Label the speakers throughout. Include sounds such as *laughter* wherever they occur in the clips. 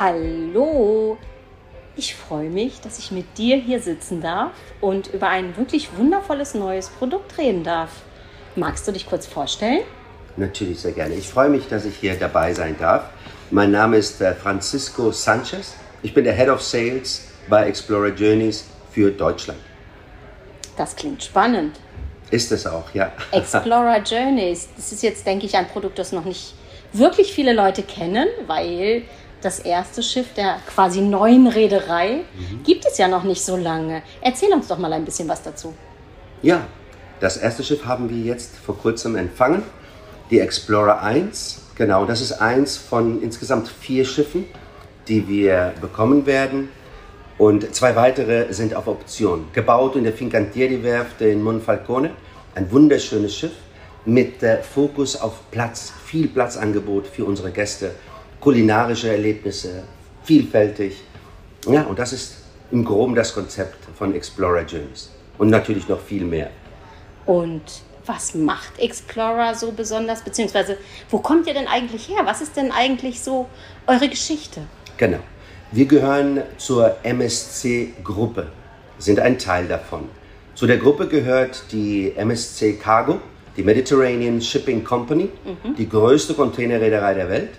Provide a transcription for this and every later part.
Speaker 1: Hallo! Ich freue mich, dass ich mit dir hier sitzen darf und über ein wirklich wundervolles neues Produkt reden darf. Magst du dich kurz vorstellen?
Speaker 2: Natürlich sehr gerne. Ich freue mich, dass ich hier dabei sein darf. Mein Name ist äh, Francisco Sanchez. Ich bin der Head of Sales bei Explorer Journeys für Deutschland.
Speaker 1: Das klingt spannend.
Speaker 2: Ist es auch, ja.
Speaker 1: Explorer Journeys, das ist jetzt, denke ich, ein Produkt, das noch nicht wirklich viele Leute kennen, weil das erste Schiff der quasi neuen Reederei gibt es ja noch nicht so lange. Erzähl uns doch mal ein bisschen was dazu.
Speaker 2: Ja, das erste Schiff haben wir jetzt vor kurzem empfangen, die Explorer 1. Genau, das ist eins von insgesamt vier Schiffen, die wir bekommen werden. Und zwei weitere sind auf Option. Gebaut in der Fincantieri-Werft in Monfalcone. Ein wunderschönes Schiff mit äh, Fokus auf Platz, viel Platzangebot für unsere Gäste, kulinarische Erlebnisse, vielfältig. Ja, und das ist im Groben das Konzept von Explorer Journeys. Und natürlich noch viel mehr.
Speaker 1: Und was macht Explorer so besonders? Beziehungsweise, wo kommt ihr denn eigentlich her? Was ist denn eigentlich so eure Geschichte?
Speaker 2: Genau. Wir gehören zur MSC-Gruppe, sind ein Teil davon. Zu der Gruppe gehört die MSC Cargo, die Mediterranean Shipping Company, die größte Containerreederei der Welt.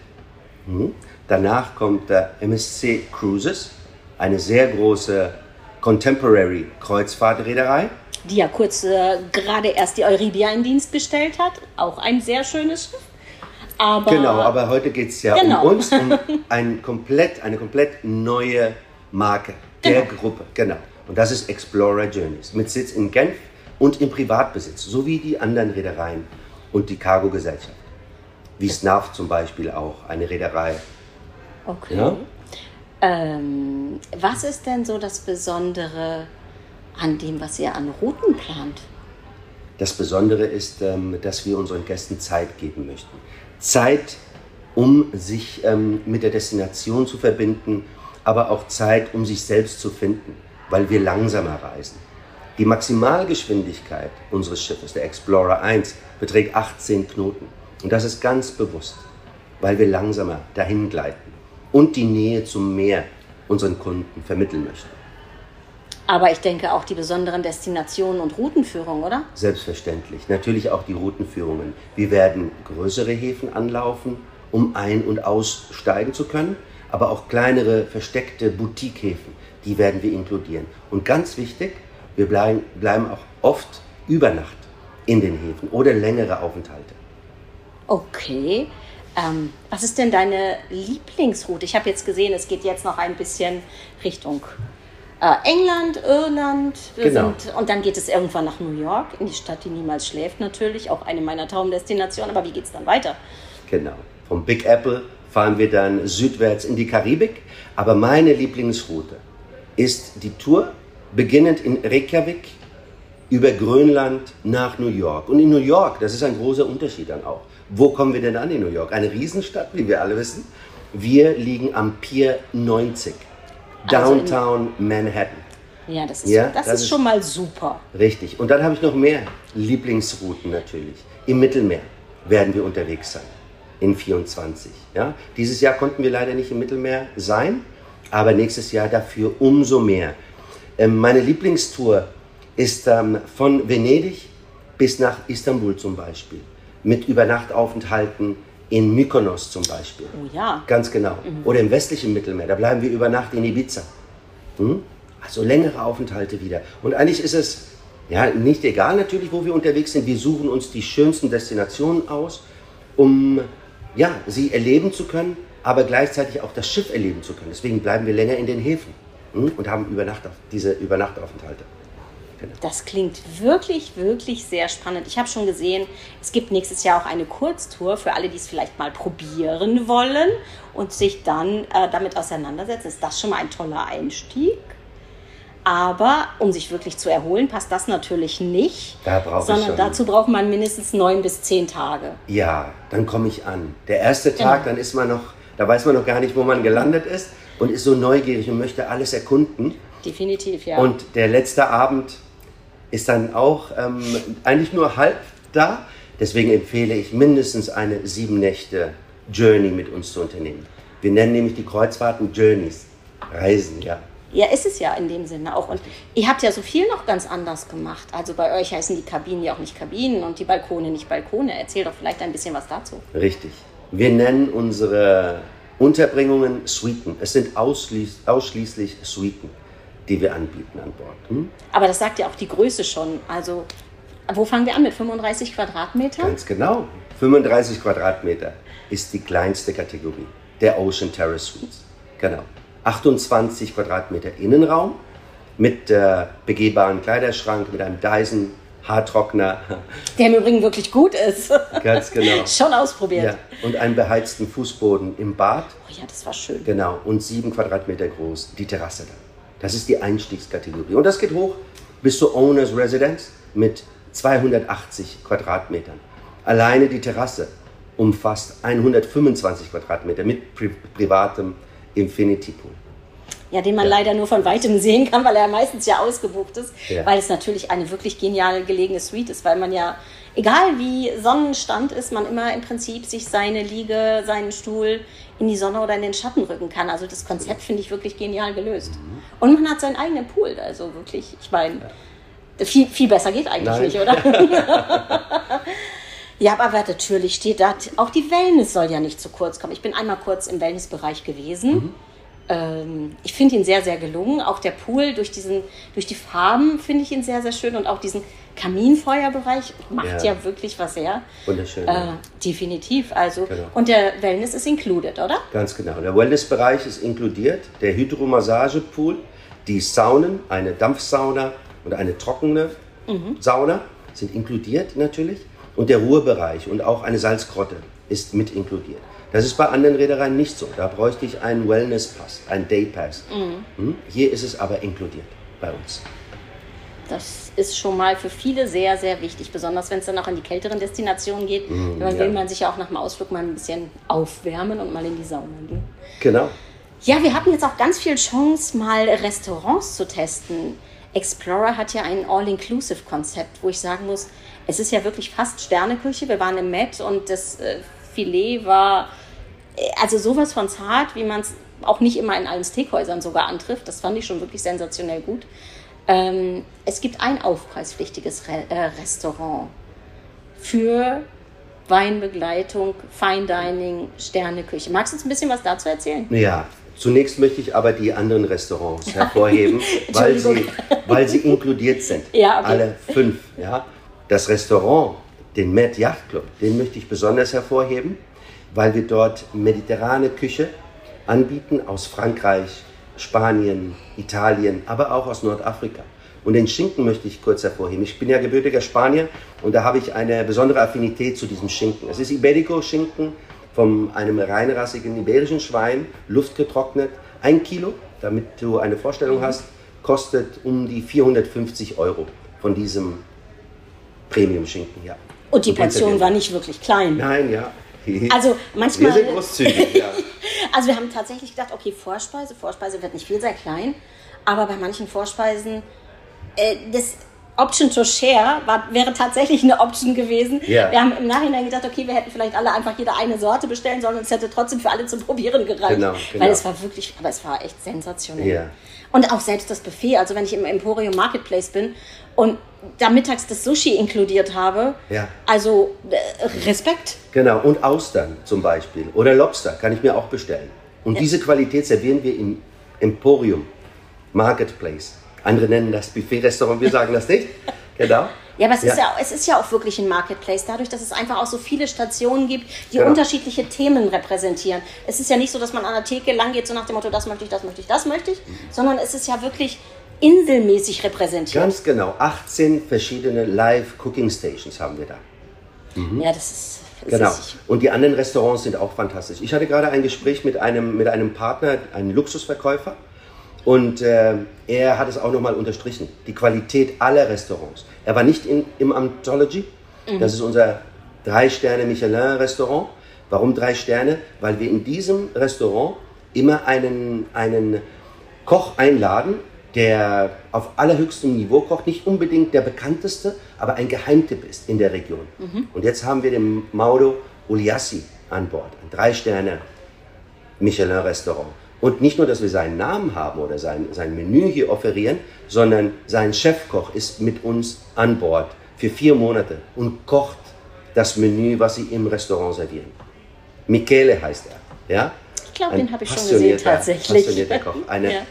Speaker 2: Mhm. Danach kommt der MSC Cruises, eine sehr große Contemporary Kreuzfahrtreederei.
Speaker 1: Die ja kurz äh, gerade erst die Euribia in Dienst gestellt hat. Auch ein sehr schönes Schiff. Aber
Speaker 2: Genau, aber heute geht es ja
Speaker 1: Genau.
Speaker 2: um uns, *laughs* um ein komplett, eine komplett neue Marke der Gruppe. Genau. Und das ist Explorer Journeys mit Sitz in Genf und im Privatbesitz, sowie die anderen Reedereien und die Cargo-Gesellschaft. Wie Snaf zum Beispiel auch, eine Reederei. ne?
Speaker 1: Okay.
Speaker 2: Ja.
Speaker 1: Ähm, was ist denn so das Besondere an dem, was ihr an Routen plant?
Speaker 2: Das Besondere ist, ähm, dass wir unseren Gästen Zeit geben möchten. Zeit, um sich ähm, mit der Destination zu verbinden, aber auch Zeit, um sich selbst zu finden, weil wir langsamer reisen. Die Maximalgeschwindigkeit unseres Schiffes, der Explorer 1, beträgt 18 Knoten. Und das ist ganz bewusst, weil wir langsamer dahin gleiten und die Nähe zum Meer unseren Kunden vermitteln möchten.
Speaker 1: Aber ich denke auch die besonderen Destinationen und Routenführung, oder?
Speaker 2: Selbstverständlich. Natürlich auch die Routenführungen. Wir werden größere Häfen anlaufen, um ein- und aussteigen zu können, aber auch kleinere versteckte Boutiquehäfen, die werden wir inkludieren. Und ganz wichtig, wir bleiben, bleiben auch oft über Nacht in den Häfen oder längere Aufenthalte.
Speaker 1: Okay. Ähm, was ist denn deine Lieblingsroute? Ich habe jetzt gesehen, es geht jetzt noch ein bisschen Richtung äh, England, Irland. Wir
Speaker 2: Genau.
Speaker 1: sind, und dann geht es irgendwann nach New York, in die Stadt, die niemals schläft natürlich. Auch eine meiner Traumdestinationen. Aber wie geht es dann weiter?
Speaker 2: Genau. Vom Big Apple fahren wir dann südwärts in die Karibik. Aber meine Lieblingsroute ist die Tour, beginnend in Reykjavik über Grönland nach New York. Und in New York, das ist ein großer Unterschied dann auch. Wo kommen wir denn an in New York? Eine Riesenstadt, wie wir alle wissen. Wir liegen am Pier 90,
Speaker 1: Also in-
Speaker 2: Downtown Manhattan.
Speaker 1: Ja, das ist,
Speaker 2: Ja,
Speaker 1: das
Speaker 2: das
Speaker 1: ist
Speaker 2: ist-
Speaker 1: schon mal super.
Speaker 2: Richtig. Und dann habe ich noch mehr Lieblingsrouten natürlich. Im Mittelmeer werden wir unterwegs sein. In 24. Ja? Dieses Jahr konnten wir leider nicht im Mittelmeer sein, aber nächstes Jahr dafür umso mehr. Ähm, meine Lieblingstour ist ähm, von Venedig bis nach Istanbul zum Beispiel. Mit Übernachtaufenthalten in Mykonos zum Beispiel.
Speaker 1: Oh ja.
Speaker 2: Ganz genau. Oder im westlichen Mittelmeer. Da bleiben wir über Nacht in Ibiza. Hm? Also längere Aufenthalte wieder. Und eigentlich ist es ja nicht egal natürlich, wo wir unterwegs sind. Wir suchen uns die schönsten Destinationen aus, um ja, sie erleben zu können, aber gleichzeitig auch das Schiff erleben zu können. Deswegen bleiben wir länger in den Häfen hm? und haben Übernacht, diese Übernachtaufenthalte.
Speaker 1: Das klingt wirklich, wirklich sehr spannend. Ich habe schon gesehen, es gibt nächstes Jahr auch eine Kurztour für alle, die es vielleicht mal probieren wollen und sich dann äh, damit auseinandersetzen. Ist das schon mal ein toller Einstieg? Aber um sich wirklich zu erholen, passt das natürlich nicht.
Speaker 2: Da brauche ich
Speaker 1: sondern
Speaker 2: schon-
Speaker 1: dazu braucht man mindestens neun bis zehn Tage.
Speaker 2: Ja, dann komme ich an. Der erste Tag, dann ist man noch, da weiß man noch gar nicht, wo man gelandet ist und ist so neugierig und möchte alles erkunden.
Speaker 1: Definitiv, ja.
Speaker 2: Und der letzte Abend ist dann auch ähm, eigentlich nur halb da. Deswegen empfehle ich mindestens eine sieben Nächte Journey mit uns zu unternehmen. Wir nennen nämlich die Kreuzfahrten Journeys, Reisen, ja.
Speaker 1: Ja, ist es ja in dem Sinne auch. Und ihr habt ja so viel noch ganz anders gemacht. Also bei euch heißen die Kabinen ja auch nicht Kabinen und die Balkone nicht Balkone. Erzähl doch vielleicht ein bisschen was dazu.
Speaker 2: Richtig. Wir nennen unsere Unterbringungen Suiten. Es sind ausschließ ausschließlich Suiten, die wir anbieten an Bord. Hm?
Speaker 1: Aber das sagt ja auch die Größe schon. Also wo fangen wir an? Mit 35 Quadratmetern?
Speaker 2: Ganz genau. 35 Quadratmeter ist die kleinste Kategorie der Ocean Terrace Suites. Genau. 28 Quadratmeter Innenraum mit äh, begehbaren Kleiderschrank, mit einem Dyson Haartrockner. *laughs*
Speaker 1: Der im Übrigen wirklich gut ist.
Speaker 2: Ganz
Speaker 1: *laughs*
Speaker 2: genau.
Speaker 1: schon ausprobiert.
Speaker 2: Ja. Und einen beheizten Fußboden im Bad.
Speaker 1: Oh ja, das war schön.
Speaker 2: Genau. Und sieben Quadratmeter groß die Terrasse dann. Das ist die Einstiegskategorie. Und das geht hoch bis zur Owners Residence mit 280 Quadratmetern. Alleine die Terrasse umfasst 125 Quadratmeter mit pri privatem Infinity Pool.
Speaker 1: Ja, den man
Speaker 2: Ja.
Speaker 1: leider nur von weitem *laughs* sehen kann, weil er meistens ja ausgebucht ist,
Speaker 2: Ja.
Speaker 1: weil es natürlich eine wirklich genial gelegene Suite ist, weil man ja, egal wie Sonnenstand ist, man immer im Prinzip sich seine Liege, seinen Stuhl in die Sonne oder in den Schatten rücken kann. Also das Konzept finde ich wirklich genial gelöst.
Speaker 2: Mhm.
Speaker 1: Und man hat seinen eigenen Pool, also wirklich, ich meine, viel, viel besser geht eigentlich
Speaker 2: Nein.
Speaker 1: nicht, oder? *laughs* Ja, aber natürlich steht da, auch die Wellness soll ja nicht zu kurz kommen. Ich bin einmal kurz im Wellnessbereich gewesen.
Speaker 2: Mhm.
Speaker 1: Ähm, ich finde ihn sehr, sehr gelungen. Auch der Pool durch, diesen, durch die Farben finde ich ihn sehr, sehr schön. Und auch diesen Kaminfeuerbereich macht ja,
Speaker 2: Ja.
Speaker 1: wirklich was her.
Speaker 2: Wunderschön. ne?
Speaker 1: Äh, definitiv. Also.
Speaker 2: Genau.
Speaker 1: Und der Wellness ist included, oder?
Speaker 2: Ganz genau. Der Wellnessbereich ist inkludiert, der Hydromassagepool, die Saunen, eine Dampfsauna und eine trockene Sauna sind inkludiert natürlich und der Ruhebereich und auch eine Salzgrotte ist mit inkludiert. Das ist bei anderen Reedereien nicht so. Da bräuchte ich einen Wellnesspass, einen Daypass. Hm? Hier ist es aber inkludiert bei uns.
Speaker 1: Das ist schon mal für viele sehr, sehr wichtig, besonders wenn es dann auch in die kälteren Destinationen geht. dann will
Speaker 2: Mm, ja.
Speaker 1: man sich ja auch nach dem Ausflug mal ein bisschen aufwärmen und mal in die Sauna gehen.
Speaker 2: Genau.
Speaker 1: Ja, wir hatten jetzt auch ganz viel Chance, mal Restaurants zu testen. Explorer hat ja ein All-Inclusive-Konzept, wo ich sagen muss, es ist ja wirklich fast Sterneküche. Wir waren im Met und das äh, Filet war äh, also sowas von zart, wie man es auch nicht immer in allen Steakhäusern sogar antrifft. Das fand ich schon wirklich sensationell gut. Ähm, es gibt ein aufpreispflichtiges Re äh, Restaurant für Weinbegleitung, Fine Dining, Sterneküche. Magst du uns ein bisschen was dazu erzählen?
Speaker 2: Ja, zunächst möchte ich aber die anderen Restaurants hervorheben, weil, sie,
Speaker 1: Entschuldigung.
Speaker 2: weil sie inkludiert sind.
Speaker 1: Ja, okay.
Speaker 2: Alle fünf. Ja. Das Restaurant, den Med Yacht Club, den möchte ich besonders hervorheben, weil wir dort mediterrane Küche anbieten aus Frankreich, Spanien, Italien, aber auch aus Nordafrika. Und den Schinken möchte ich kurz hervorheben. Ich bin ja gebürtiger Spanier und da habe ich eine besondere Affinität zu diesem Schinken. Es ist Iberico-Schinken von einem reinrassigen iberischen Schwein, luftgetrocknet, ein Kilo, damit du eine Vorstellung hast, kostet um die 450 Euro von diesem Premium-Schinken hier.
Speaker 1: Und die
Speaker 2: Du kennst ja
Speaker 1: Portion
Speaker 2: den-
Speaker 1: war nicht wirklich klein.
Speaker 2: Nein, ja. *laughs*
Speaker 1: Also
Speaker 2: Wir
Speaker 1: manchmal,
Speaker 2: sind
Speaker 1: *laughs*
Speaker 2: großzügig, ja.
Speaker 1: also wir haben tatsächlich gedacht, okay, Vorspeise, Vorspeise wird nicht viel, sehr klein, aber bei manchen Vorspeisen, äh, das Option to Share war, wäre tatsächlich eine Option gewesen.
Speaker 2: Ja.
Speaker 1: Wir haben im Nachhinein gedacht, okay, wir hätten vielleicht alle einfach jeder eine Sorte bestellen sollen und es hätte trotzdem für alle zum Probieren gereicht.
Speaker 2: Genau,
Speaker 1: Weil
Speaker 2: genau.
Speaker 1: es war wirklich, aber es war echt sensationell.
Speaker 2: Ja.
Speaker 1: Und auch selbst das Buffet, also wenn ich im Emporium Marketplace bin und da mittags das Sushi inkludiert habe,
Speaker 2: Ja.
Speaker 1: also äh, Respekt.
Speaker 2: Genau, und Austern zum Beispiel. Oder Lobster kann ich mir auch bestellen. Und diese Qualität servieren wir im Emporium, Marketplace. Andere nennen das Buffet-Restaurant, wir sagen das
Speaker 1: *laughs*
Speaker 2: nicht. Genau.
Speaker 1: Ja, aber es, Ist ja, es ist ja auch wirklich ein Marketplace, dadurch, dass es einfach auch so viele Stationen gibt, die
Speaker 2: Genau.
Speaker 1: unterschiedliche Themen repräsentieren. Es ist ja nicht so, dass man an der Theke lang geht, so nach dem Motto, das möchte ich, das möchte ich, das möchte ich,
Speaker 2: Mhm.
Speaker 1: sondern es ist ja wirklich inselmäßig repräsentiert.
Speaker 2: Ganz genau, 18 verschiedene Live-Cooking-Stations haben wir da.
Speaker 1: Ja, das ist. Das
Speaker 2: Mhm. Genau.
Speaker 1: Ist,
Speaker 2: Und die anderen Restaurants sind auch fantastisch. Ich hatte gerade ein Gespräch mit einem, mit einem Partner, einem Luxusverkäufer, und äh, er hat es auch nochmal unterstrichen, die Qualität aller Restaurants. Er war nicht in, im Anthology, das ist unser Drei-Sterne-Michelin-Restaurant. Warum drei Sterne? Weil wir in diesem Restaurant immer einen, einen Koch einladen, der auf allerhöchstem Niveau kocht, nicht unbedingt der bekannteste, aber ein Geheimtipp ist in der Region. Und jetzt haben wir den Mauro Uliassi an Bord, ein Drei-Sterne Michelin-Restaurant. Und nicht nur, dass wir seinen Namen haben oder sein, sein Menü hier offerieren, sondern sein Chefkoch ist mit uns an Bord für vier Monate und kocht das Menü, was sie im Restaurant servieren. Michele heißt er. Ja?
Speaker 1: Ich glaube, den habe ich schon gesehen tatsächlich.
Speaker 2: Passionierter Koch. Eine
Speaker 1: *laughs* Ja.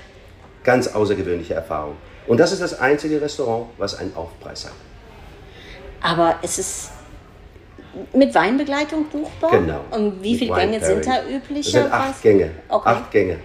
Speaker 2: ganz außergewöhnliche Erfahrung. Und das ist das einzige Restaurant, was einen Aufpreis hat.
Speaker 1: Aber es ist mit Weinbegleitung buchbar?
Speaker 2: Genau.
Speaker 1: Und wie
Speaker 2: Mit
Speaker 1: viele
Speaker 2: Wine
Speaker 1: Gänge sind da
Speaker 2: Pairing.
Speaker 1: üblicherweise?
Speaker 2: Es sind acht Gänge.
Speaker 1: Okay.
Speaker 2: Acht Gänge.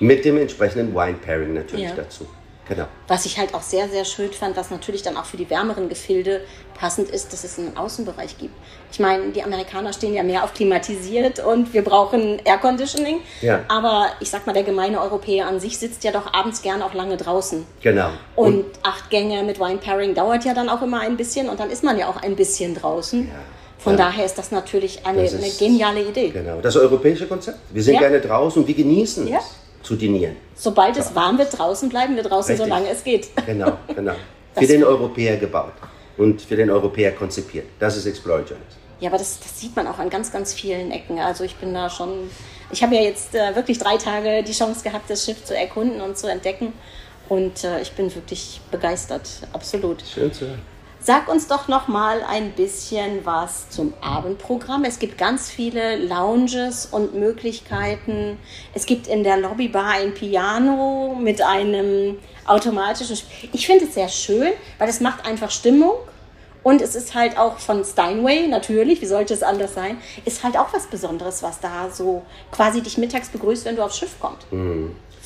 Speaker 2: Mit dem entsprechenden Wine Pairing natürlich
Speaker 1: Ja.
Speaker 2: dazu. Genau.
Speaker 1: Was ich halt auch sehr, sehr schön fand, was natürlich dann auch für die wärmeren Gefilde passend ist, dass es einen Außenbereich gibt. Ich meine, die Amerikaner stehen ja mehr auf klimatisiert und wir brauchen Air Conditioning.
Speaker 2: Ja.
Speaker 1: Aber ich sag mal, der gemeine Europäer an sich sitzt ja doch abends gern auch lange draußen.
Speaker 2: Genau.
Speaker 1: Und, acht Gänge mit Wine Pairing dauert ja dann auch immer ein bisschen und dann ist man ja auch ein bisschen draußen. Von
Speaker 2: Ja.
Speaker 1: daher ist das natürlich eine,
Speaker 2: Das
Speaker 1: eine
Speaker 2: ist-
Speaker 1: geniale Idee.
Speaker 2: Genau, das europäische Konzept. Wir sind
Speaker 1: Ja.
Speaker 2: gerne draußen und wir genießen
Speaker 1: Ja.
Speaker 2: es zu dinieren.
Speaker 1: Sobald es warm wird, draußen bleiben wir draußen,
Speaker 2: Richtig.
Speaker 1: solange es geht. *laughs*
Speaker 2: Genau, genau. für
Speaker 1: Das-
Speaker 2: den Europäer gebaut und für den Europäer konzipiert. Das ist Explore Journeys.
Speaker 1: Ja, aber das, das sieht man auch an ganz, ganz vielen Ecken. Also ich bin da schon, ich habe ja jetzt äh, wirklich drei Tage die Chance gehabt, das Schiff zu erkunden und zu entdecken. Und äh, ich bin wirklich begeistert, absolut.
Speaker 2: Schön zu hören.
Speaker 1: Sag uns doch noch mal ein bisschen was zum Abendprogramm. Es gibt ganz viele Lounges und Möglichkeiten. Es gibt in der Lobbybar ein Piano mit einem automatischen. Sp ich finde es sehr schön, weil es macht einfach Stimmung. Und es ist halt auch von Steinway, natürlich, wie sollte es anders sein, ist halt auch was Besonderes, was da so quasi dich mittags begrüßt, wenn du aufs Schiff kommst.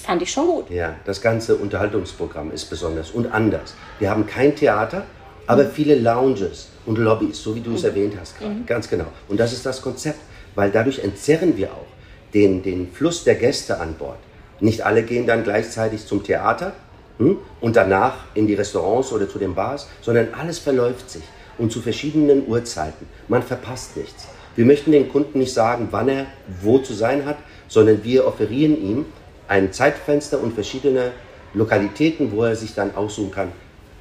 Speaker 1: Fand ich schon gut.
Speaker 2: Ja, das ganze Unterhaltungsprogramm ist besonders und anders. Wir haben kein Theater, aber viele Lounges und Lobbys, so wie du es erwähnt hast gerade. Ganz genau. Und das ist das Konzept, weil dadurch entzerren wir auch den, den Fluss der Gäste an Bord. Nicht alle gehen dann gleichzeitig zum Theater hm, und danach in die Restaurants oder zu den Bars, sondern alles verläuft sich und zu verschiedenen Uhrzeiten. Man verpasst nichts. Wir möchten den Kunden nicht sagen, wann er wo zu sein hat, sondern wir offerieren ihm ein Zeitfenster und verschiedene Lokalitäten, wo er sich dann aussuchen kann,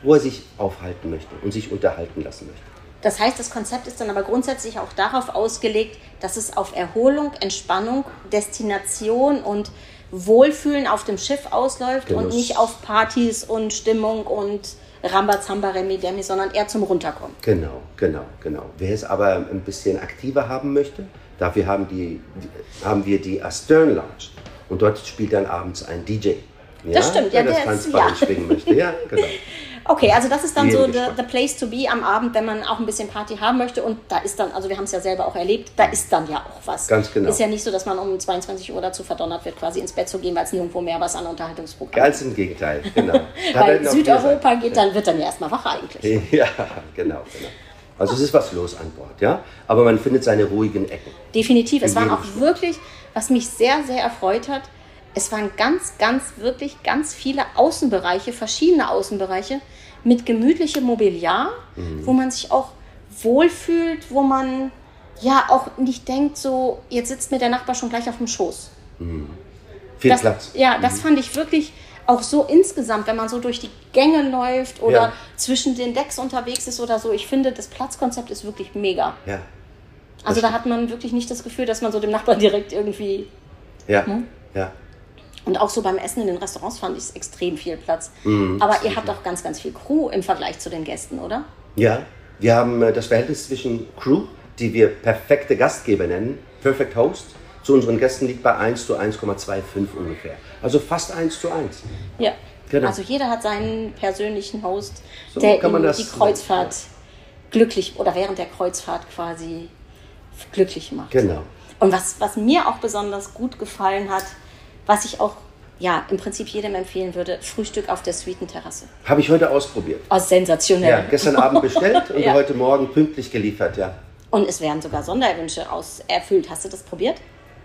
Speaker 2: wo er sich aufhalten möchte und sich unterhalten lassen möchte.
Speaker 1: Das heißt, das Konzept ist dann aber grundsätzlich auch darauf ausgelegt, dass es auf Erholung, Entspannung, Destination und Wohlfühlen auf dem Schiff ausläuft
Speaker 2: Genau.
Speaker 1: und nicht auf Partys und Stimmung und Rambazamba, Remi Demi, sondern eher zum Runterkommen.
Speaker 2: Genau, genau, genau. Wer es aber ein bisschen aktiver haben möchte, dafür haben, die, die, haben wir die Astern Lounge. Und dort spielt dann abends ein DJ.
Speaker 1: Das stimmt,
Speaker 2: wer
Speaker 1: ja,
Speaker 2: das
Speaker 1: der ist-
Speaker 2: Tanzbein
Speaker 1: ja.
Speaker 2: schwingen möchte. Ja, genau.
Speaker 1: Okay, also das ist dann
Speaker 2: Jeden
Speaker 1: so the,
Speaker 2: Geschmack.
Speaker 1: the place to be am Abend, wenn man auch ein bisschen Party haben möchte. Und da ist dann, also wir haben es ja selber auch erlebt, da ist dann ja auch was.
Speaker 2: Ganz genau.
Speaker 1: Ist ja nicht so, dass man um 22 Uhr dazu verdonnert wird, quasi ins Bett zu gehen, weil es nirgendwo mehr was an Unterhaltungsprogramm gibt.
Speaker 2: Ganz im Gegenteil, genau.
Speaker 1: *laughs*
Speaker 2: Da
Speaker 1: Weil
Speaker 2: werden auch wir
Speaker 1: Südeuropa
Speaker 2: sein.
Speaker 1: geht, dann wird dann ja erstmal wach eigentlich.
Speaker 2: *laughs* Ja, genau, genau. Also es ist was los an Bord, ja. Aber man findet seine ruhigen Ecken.
Speaker 1: Definitiv. Es waren auch
Speaker 2: Genehmigt.
Speaker 1: wirklich, was mich sehr, sehr erfreut hat, es waren ganz, ganz, wirklich ganz viele Außenbereiche, verschiedene Außenbereiche mit gemütlichem Mobiliar,
Speaker 2: Mhm.
Speaker 1: wo man sich auch wohlfühlt, wo man ja auch nicht denkt, so, jetzt sitzt mir der Nachbar schon gleich auf dem Schoß.
Speaker 2: Viel
Speaker 1: Das,
Speaker 2: Platz. Mhm.
Speaker 1: Ja, das fand ich wirklich auch so insgesamt, wenn man so durch die Gänge läuft oder
Speaker 2: Ja.
Speaker 1: zwischen den Decks unterwegs ist oder so. Ich finde, das Platzkonzept ist wirklich mega.
Speaker 2: Ja,
Speaker 1: Also da hat man wirklich nicht das Gefühl, dass man so dem Nachbarn direkt irgendwie.
Speaker 2: ja,
Speaker 1: Hm?
Speaker 2: ja.
Speaker 1: Und auch so beim Essen in den Restaurants fand ich es extrem viel Platz.
Speaker 2: Mhm,
Speaker 1: Aber ihr habt auch ganz, ganz viel Crew im Vergleich zu den Gästen, oder?
Speaker 2: Ja, wir haben äh, das Verhältnis zwischen Crew, die wir perfekte Gastgeber nennen, Perfect Host, zu unseren Gästen liegt bei 1 zu 1,25 ungefähr. Also fast 1 zu 1.
Speaker 1: Ja.
Speaker 2: Genau.
Speaker 1: Also jeder hat seinen persönlichen Host,
Speaker 2: So
Speaker 1: der
Speaker 2: kann man
Speaker 1: ihm
Speaker 2: das
Speaker 1: die
Speaker 2: nennen,
Speaker 1: Kreuzfahrt glücklich oder während der Kreuzfahrt quasi glücklich macht.
Speaker 2: Genau.
Speaker 1: Und was, was mir auch besonders gut gefallen hat, was ich auch ja im Prinzip jedem empfehlen würde, Frühstück auf der Suitenterrasse.
Speaker 2: Habe ich heute ausprobiert.
Speaker 1: Oh, sensationell.
Speaker 2: Ja, gestern Abend bestellt *laughs* und
Speaker 1: Ja.
Speaker 2: heute Morgen pünktlich geliefert, ja.
Speaker 1: Und es werden sogar Sonderwünsche aus erfüllt. Hast du das probiert?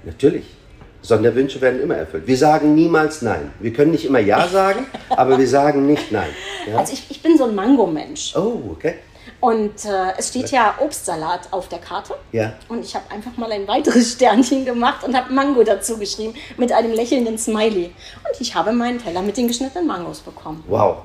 Speaker 2: Natürlich. Sonderwünsche werden immer erfüllt. Wir sagen niemals Nein. Wir können nicht immer Ja *laughs* sagen, aber wir sagen nicht Nein. Ja?
Speaker 1: Also ich, ich bin so ein Mango-Mensch.
Speaker 2: Oh, okay.
Speaker 1: Und äh, es steht ja Obstsalat auf der Karte.
Speaker 2: Ja.
Speaker 1: Und ich habe einfach mal ein weiteres *laughs* Sternchen gemacht und habe Mango dazu geschrieben mit einem lächelnden Smiley. Und ich habe meinen Teller mit den geschnittenen Mangos bekommen.
Speaker 2: Wow.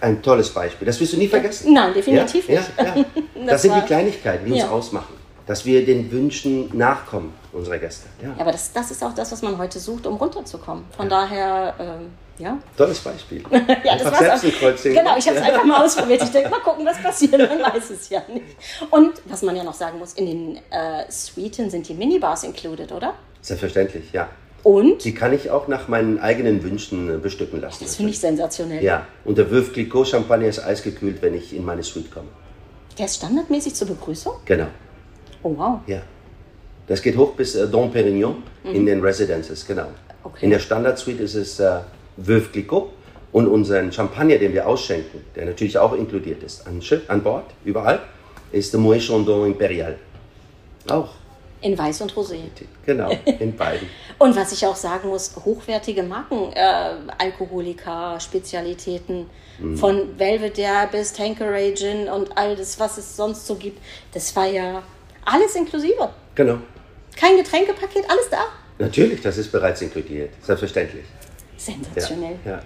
Speaker 2: Ein tolles Beispiel. Das wirst du nie vergessen.
Speaker 1: Nein, definitiv
Speaker 2: ja?
Speaker 1: nicht. *laughs*
Speaker 2: Ja, ja. Das,
Speaker 1: Das
Speaker 2: sind die
Speaker 1: war-
Speaker 2: Kleinigkeiten, die uns
Speaker 1: Ja.
Speaker 2: ausmachen. dass wir den Wünschen nachkommen unserer Gäste. Ja.
Speaker 1: Ja, aber das, das ist auch das, was man heute sucht, um runterzukommen. Von daher, ähm, ja.
Speaker 2: Tolles Beispiel.
Speaker 1: *laughs* Ja,
Speaker 2: Einfach ne?
Speaker 1: das war's
Speaker 2: selbst
Speaker 1: auch.
Speaker 2: ein Kreuz sehen.
Speaker 1: Genau, ich habe es einfach mal ausprobiert. Ich denke, mal gucken, was passiert. Man weiß es ja nicht. Und was man ja noch sagen muss, in den äh, Suiten sind die Minibars included, oder?
Speaker 2: Selbstverständlich, ja.
Speaker 1: Und?
Speaker 2: Die kann ich auch nach meinen eigenen Wünschen äh, bestücken lassen.
Speaker 1: Das finde ich sensationell.
Speaker 2: Ja, und der Würf Clicquot Champagner ist eisgekühlt, wenn ich in meine Suite komme.
Speaker 1: Der ist standardmäßig zur Begrüßung?
Speaker 2: Genau,
Speaker 1: Oh, wow.
Speaker 2: ja. Das geht hoch bis äh, Dom Perignon in den Residences, genau.
Speaker 1: Mhm. Okay.
Speaker 2: In der Standard Suite ist es äh, Würf Clicquot und unseren Champagner, den wir ausschenken, der natürlich auch inkludiert ist, an, Schiff, an Bord, überall, ist der Moët Chandon Imperial. Auch,
Speaker 1: In Weiß und Rosé.
Speaker 2: genau,
Speaker 1: *laughs*
Speaker 2: in beiden.
Speaker 1: Und was ich auch sagen muss, hochwertige Marken, äh, Alkoholika, Spezialitäten,
Speaker 2: Mhm.
Speaker 1: von Belvedere bis Tanqueray Gin und all das, was es sonst so gibt, das war ja alles inklusive.
Speaker 2: Genau.
Speaker 1: Kein Getränkepaket, alles da.
Speaker 2: Natürlich, das ist bereits inkludiert, selbstverständlich. Ja,
Speaker 1: Sensationell.
Speaker 2: ja.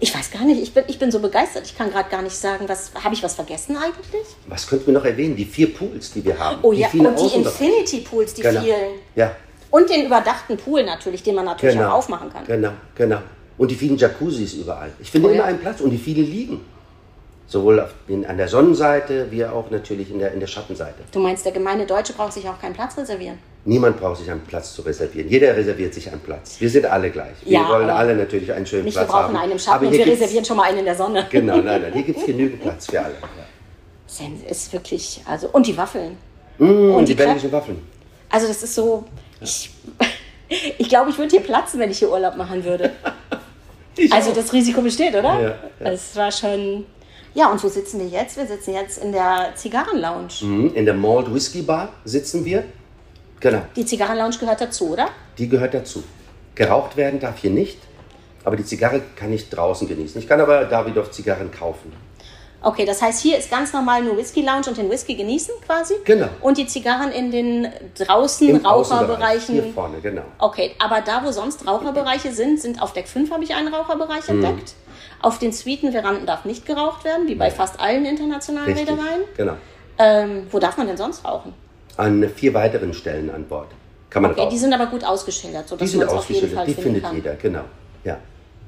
Speaker 1: Ich weiß gar nicht, ich bin, ich bin so begeistert, ich kann gerade gar nicht sagen, was habe ich was vergessen eigentlich?
Speaker 2: Was könnten wir noch erwähnen? Die vier Pools, die wir haben.
Speaker 1: Oh ja,
Speaker 2: vielen
Speaker 1: und die
Speaker 2: Außenbereiche.
Speaker 1: Infinity Pools, die
Speaker 2: Genau.
Speaker 1: vielen.
Speaker 2: Ja,
Speaker 1: Und den überdachten Pool natürlich, den man natürlich
Speaker 2: genau.
Speaker 1: auch aufmachen kann.
Speaker 2: Genau, genau. Und die vielen Jacuzzis überall. Ich finde
Speaker 1: Oh ja.
Speaker 2: immer einen Platz und die vielen liegen. Sowohl auf, in, an der Sonnenseite, wie auch natürlich in der, in der Schattenseite.
Speaker 1: Du meinst, der gemeine Deutsche braucht sich auch keinen Platz reservieren?
Speaker 2: Niemand braucht sich einen Platz zu reservieren. Jeder reserviert sich einen Platz. Wir sind alle gleich. Wir
Speaker 1: Ja,
Speaker 2: wollen
Speaker 1: aber
Speaker 2: alle natürlich einen schönen
Speaker 1: Nicht, wir
Speaker 2: Platz
Speaker 1: brauchen
Speaker 2: haben.
Speaker 1: einen im Schatten
Speaker 2: Aber
Speaker 1: und
Speaker 2: hier
Speaker 1: wir
Speaker 2: gibt's-
Speaker 1: reservieren schon mal einen in der Sonne. *laughs*
Speaker 2: Genau, nein, nein. Hier gibt es genügend Platz für alle.
Speaker 1: Sen- Ist wirklich, also, und die Waffeln.
Speaker 2: Ja.
Speaker 1: Und
Speaker 2: Und
Speaker 1: die
Speaker 2: Mm, die
Speaker 1: Kla-
Speaker 2: belgischen Waffeln.
Speaker 1: Also, das ist so, ich, *laughs* ich glaube, ich würde hier platzen, wenn ich hier Urlaub machen würde. also, das Risiko besteht, oder?
Speaker 2: Ja, ja.
Speaker 1: Es war schon, ja, und wo sitzen wir jetzt? Wir sitzen jetzt in der Zigarrenlounge.
Speaker 2: Mhm. In der Malt Whisky Bar sitzen wir. Genau.
Speaker 1: Die Zigarrenlounge gehört dazu, oder?
Speaker 2: Die gehört dazu. Geraucht werden darf hier nicht, aber die Zigarre kann ich draußen genießen. Ich kann aber Davidoff Zigarren kaufen.
Speaker 1: Okay, das heißt, hier ist ganz normal eine Whisky-Lounge und den Whisky genießen quasi.
Speaker 2: Genau.
Speaker 1: Und die Zigarren in den draußen
Speaker 2: Im Außenbereich,
Speaker 1: Raucherbereichen.
Speaker 2: Hier vorne, genau.
Speaker 1: Okay, aber da, wo sonst Raucherbereiche sind, sind auf Deck 5 habe ich einen Raucherbereich
Speaker 2: Mhm.
Speaker 1: entdeckt. Auf den Suiten Veranden darf nicht geraucht werden, wie bei fast allen internationalen
Speaker 2: Richtig.
Speaker 1: Reedereien.
Speaker 2: Genau.
Speaker 1: Ähm, wo darf man denn sonst rauchen?
Speaker 2: An vier weiteren Stellen an Bord kann man
Speaker 1: Okay,
Speaker 2: rauchen.
Speaker 1: die sind aber gut ausgeschildert,
Speaker 2: Die
Speaker 1: sodass
Speaker 2: sind
Speaker 1: man es auf jeden
Speaker 2: ausgeschildert,
Speaker 1: Fall
Speaker 2: die
Speaker 1: finden
Speaker 2: findet
Speaker 1: kann.
Speaker 2: jeder, genau. Ja,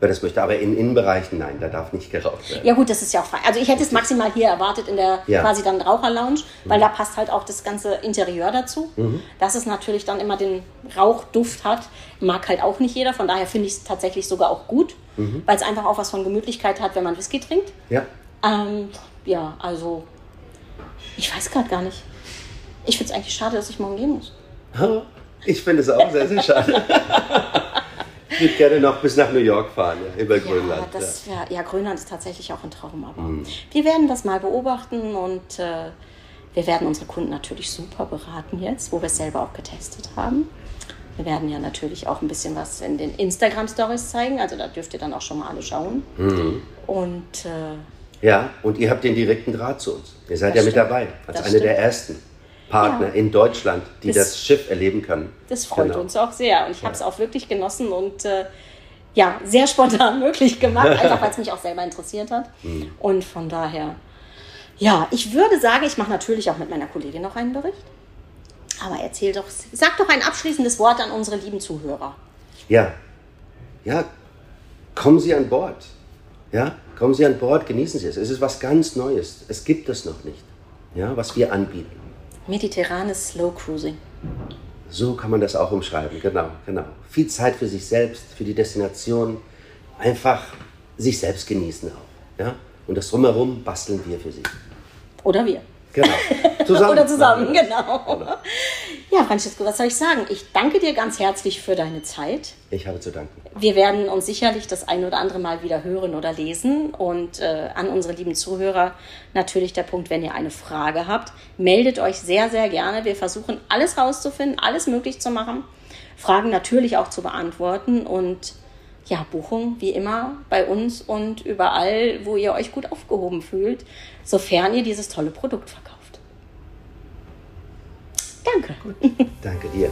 Speaker 2: wer das möchte. Aber in Innenbereichen, nein, da darf nicht geraucht werden.
Speaker 1: Ja gut, das ist ja auch frei. Also ich hätte es maximal hier erwartet in der
Speaker 2: Ja.
Speaker 1: quasi dann Raucherlounge, weil da passt halt auch das ganze Interieur dazu. Dass es natürlich dann immer den Rauchduft hat, mag halt auch nicht jeder. Von daher finde ich es tatsächlich sogar auch gut, weil es einfach auch was von Gemütlichkeit hat, wenn man Whisky trinkt.
Speaker 2: Ja,
Speaker 1: Ähm, ja, also ich weiß gerade gar nicht. Ich finde es eigentlich schade, dass ich morgen gehen muss.
Speaker 2: ich finde es auch sehr, sehr
Speaker 1: *laughs*
Speaker 2: schade. ich würde gerne noch bis nach New York fahren, ja, über Grönland.
Speaker 1: Ja,
Speaker 2: ja. Hm.
Speaker 1: das wär, ja, Grönland ist tatsächlich auch ein Traum, aber wir werden das mal beobachten und äh, wir werden unsere Kunden natürlich super beraten jetzt, wo wir es selber auch getestet haben. Wir werden ja natürlich auch ein bisschen was in den Instagram-Stories zeigen, also da dürft ihr dann auch schon mal alle schauen.
Speaker 2: Hm.
Speaker 1: Und äh,
Speaker 2: Ja, und ihr habt den direkten Draht zu uns. Ihr seid
Speaker 1: Das
Speaker 2: ja mit
Speaker 1: stimmt.
Speaker 2: dabei, als
Speaker 1: Das
Speaker 2: eine der
Speaker 1: stimmt.
Speaker 2: ersten Partner
Speaker 1: Ja.
Speaker 2: in Deutschland, die
Speaker 1: Das-
Speaker 2: das, Schiff erleben können.
Speaker 1: das freut
Speaker 2: Genau.
Speaker 1: uns auch sehr und ich habe es auch wirklich genossen und äh, ja, sehr spontan *laughs* möglich gemacht, einfach weil es mich auch selber interessiert
Speaker 2: *laughs*
Speaker 1: hat.
Speaker 2: Mhm.
Speaker 1: Und von daher, ja, ich würde sagen, ich mache natürlich auch mit meiner Kollegin noch einen Bericht. Aber erzähl doch, sag doch ein abschließendes Wort an unsere lieben Zuhörer.
Speaker 2: Ja. Ja, kommen Sie an Bord. Ja, kommen Sie an Bord, genießen Sie es. Es ist was ganz Neues. Es gibt es noch nicht. Ja, was wir anbieten.
Speaker 1: Mediterranes Slow Cruising.
Speaker 2: So kann man das auch umschreiben, genau, genau. Viel Zeit für sich selbst, für die Destination, einfach sich selbst genießen auch. Ja? Und das drumherum basteln wir für Sie.
Speaker 1: Oder wir. *laughs*
Speaker 2: Genau. Zusammen.
Speaker 1: Oder zusammen,
Speaker 2: machen wir das.
Speaker 1: genau. Ja, Francesco, was soll ich sagen? Ich danke dir ganz herzlich für deine Zeit.
Speaker 2: Ich habe zu danken.
Speaker 1: Wir werden uns sicherlich das ein oder andere Mal wieder hören oder lesen. Und äh, an unsere lieben Zuhörer natürlich der Punkt, wenn ihr eine Frage habt, meldet euch sehr, sehr gerne. Wir versuchen alles rauszufinden, alles möglich zu machen, Fragen natürlich auch zu beantworten und ja, Buchung wie immer bei uns und überall, wo ihr euch gut aufgehoben fühlt, sofern ihr dieses tolle Produkt verkauft. Danke.
Speaker 2: Danke dir.